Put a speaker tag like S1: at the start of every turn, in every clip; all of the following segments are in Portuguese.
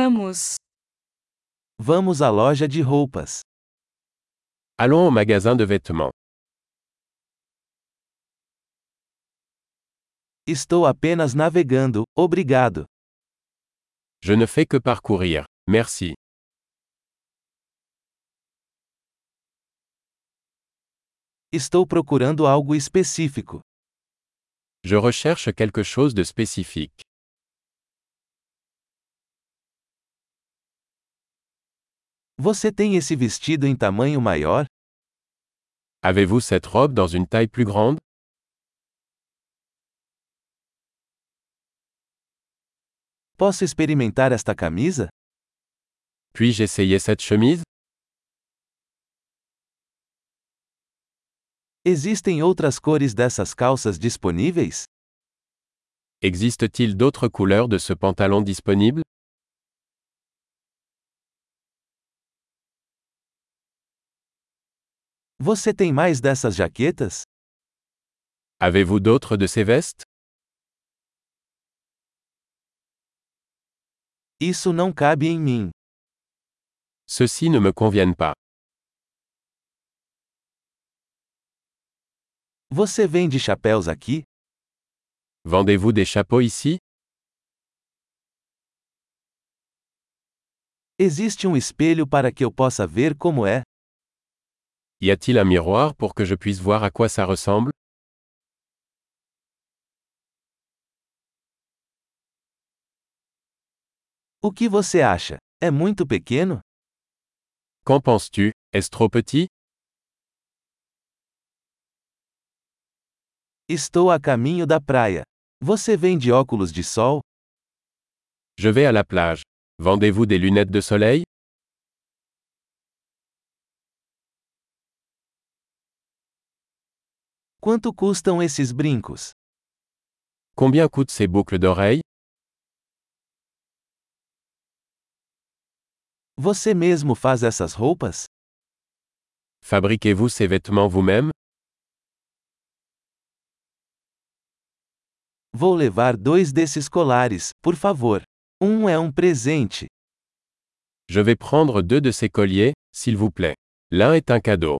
S1: Vamos.
S2: Vamos à loja de roupas.
S3: Allons au magasin de vêtements.
S2: Estou apenas navegando, obrigado.
S3: Je ne fais que parcourir. Merci.
S2: Estou procurando algo específico.
S3: Je recherche quelque chose de spécifique.
S2: Você tem esse vestido em tamanho maior?
S3: Avez-vous cette robe dans une taille plus grande
S2: Posso experimentar esta camisa?
S3: Puis-je essayer cette chemise
S2: Existem outras cores dessas calças disponíveis?
S3: Existe-t-il d'autres couleurs de ce pantalon disponible
S2: Você tem mais dessas jaquetas?
S3: Avez-vous d'autres de ces vestes
S2: Isso não cabe em mim.
S3: Ceux-ci ne me conviennent pas.
S2: Você vende chapéus aqui?
S3: Vendez-vous des chapeaux ici
S2: Existe um espelho para que eu possa ver como é?
S3: Y a-t-il un miroir pour que je puisse voir à quoi ça ressemble
S2: O que você acha? É muito pequeno?
S3: Qu'en penses-tu Est-ce trop petit
S2: Estou a caminho da praia. Você vende óculos de sol?
S3: Je vais à la plage. Vendez-vous des lunettes de soleil
S2: Quanto custam esses brincos?
S3: Combien coûtent ces boucles d'oreilles
S2: Você mesmo faz essas roupas?
S3: Fabriquez-vous ces vêtements vous-même
S2: Vou levar dois desses colares, por favor. Um é um presente.
S3: Je vais prendre deux de ces colliers, s'il vous plaît. L'un est un cadeau.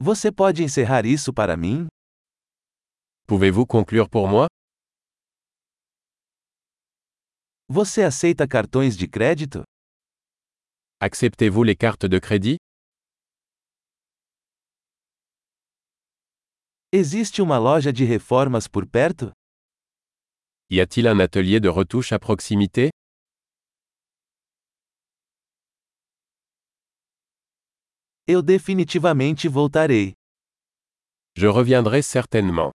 S2: Você pode encerrar isso para mim?
S3: Pouvez-vous conclure pour moi
S2: Você aceita cartões de crédito?
S3: Acceptez-vous les cartes de crédit
S2: Existe uma loja de reformas por perto?
S3: Y a-t-il un atelier de retouche à proximité
S2: Eu definitivamente voltarei.
S3: Je reviendrai certainement.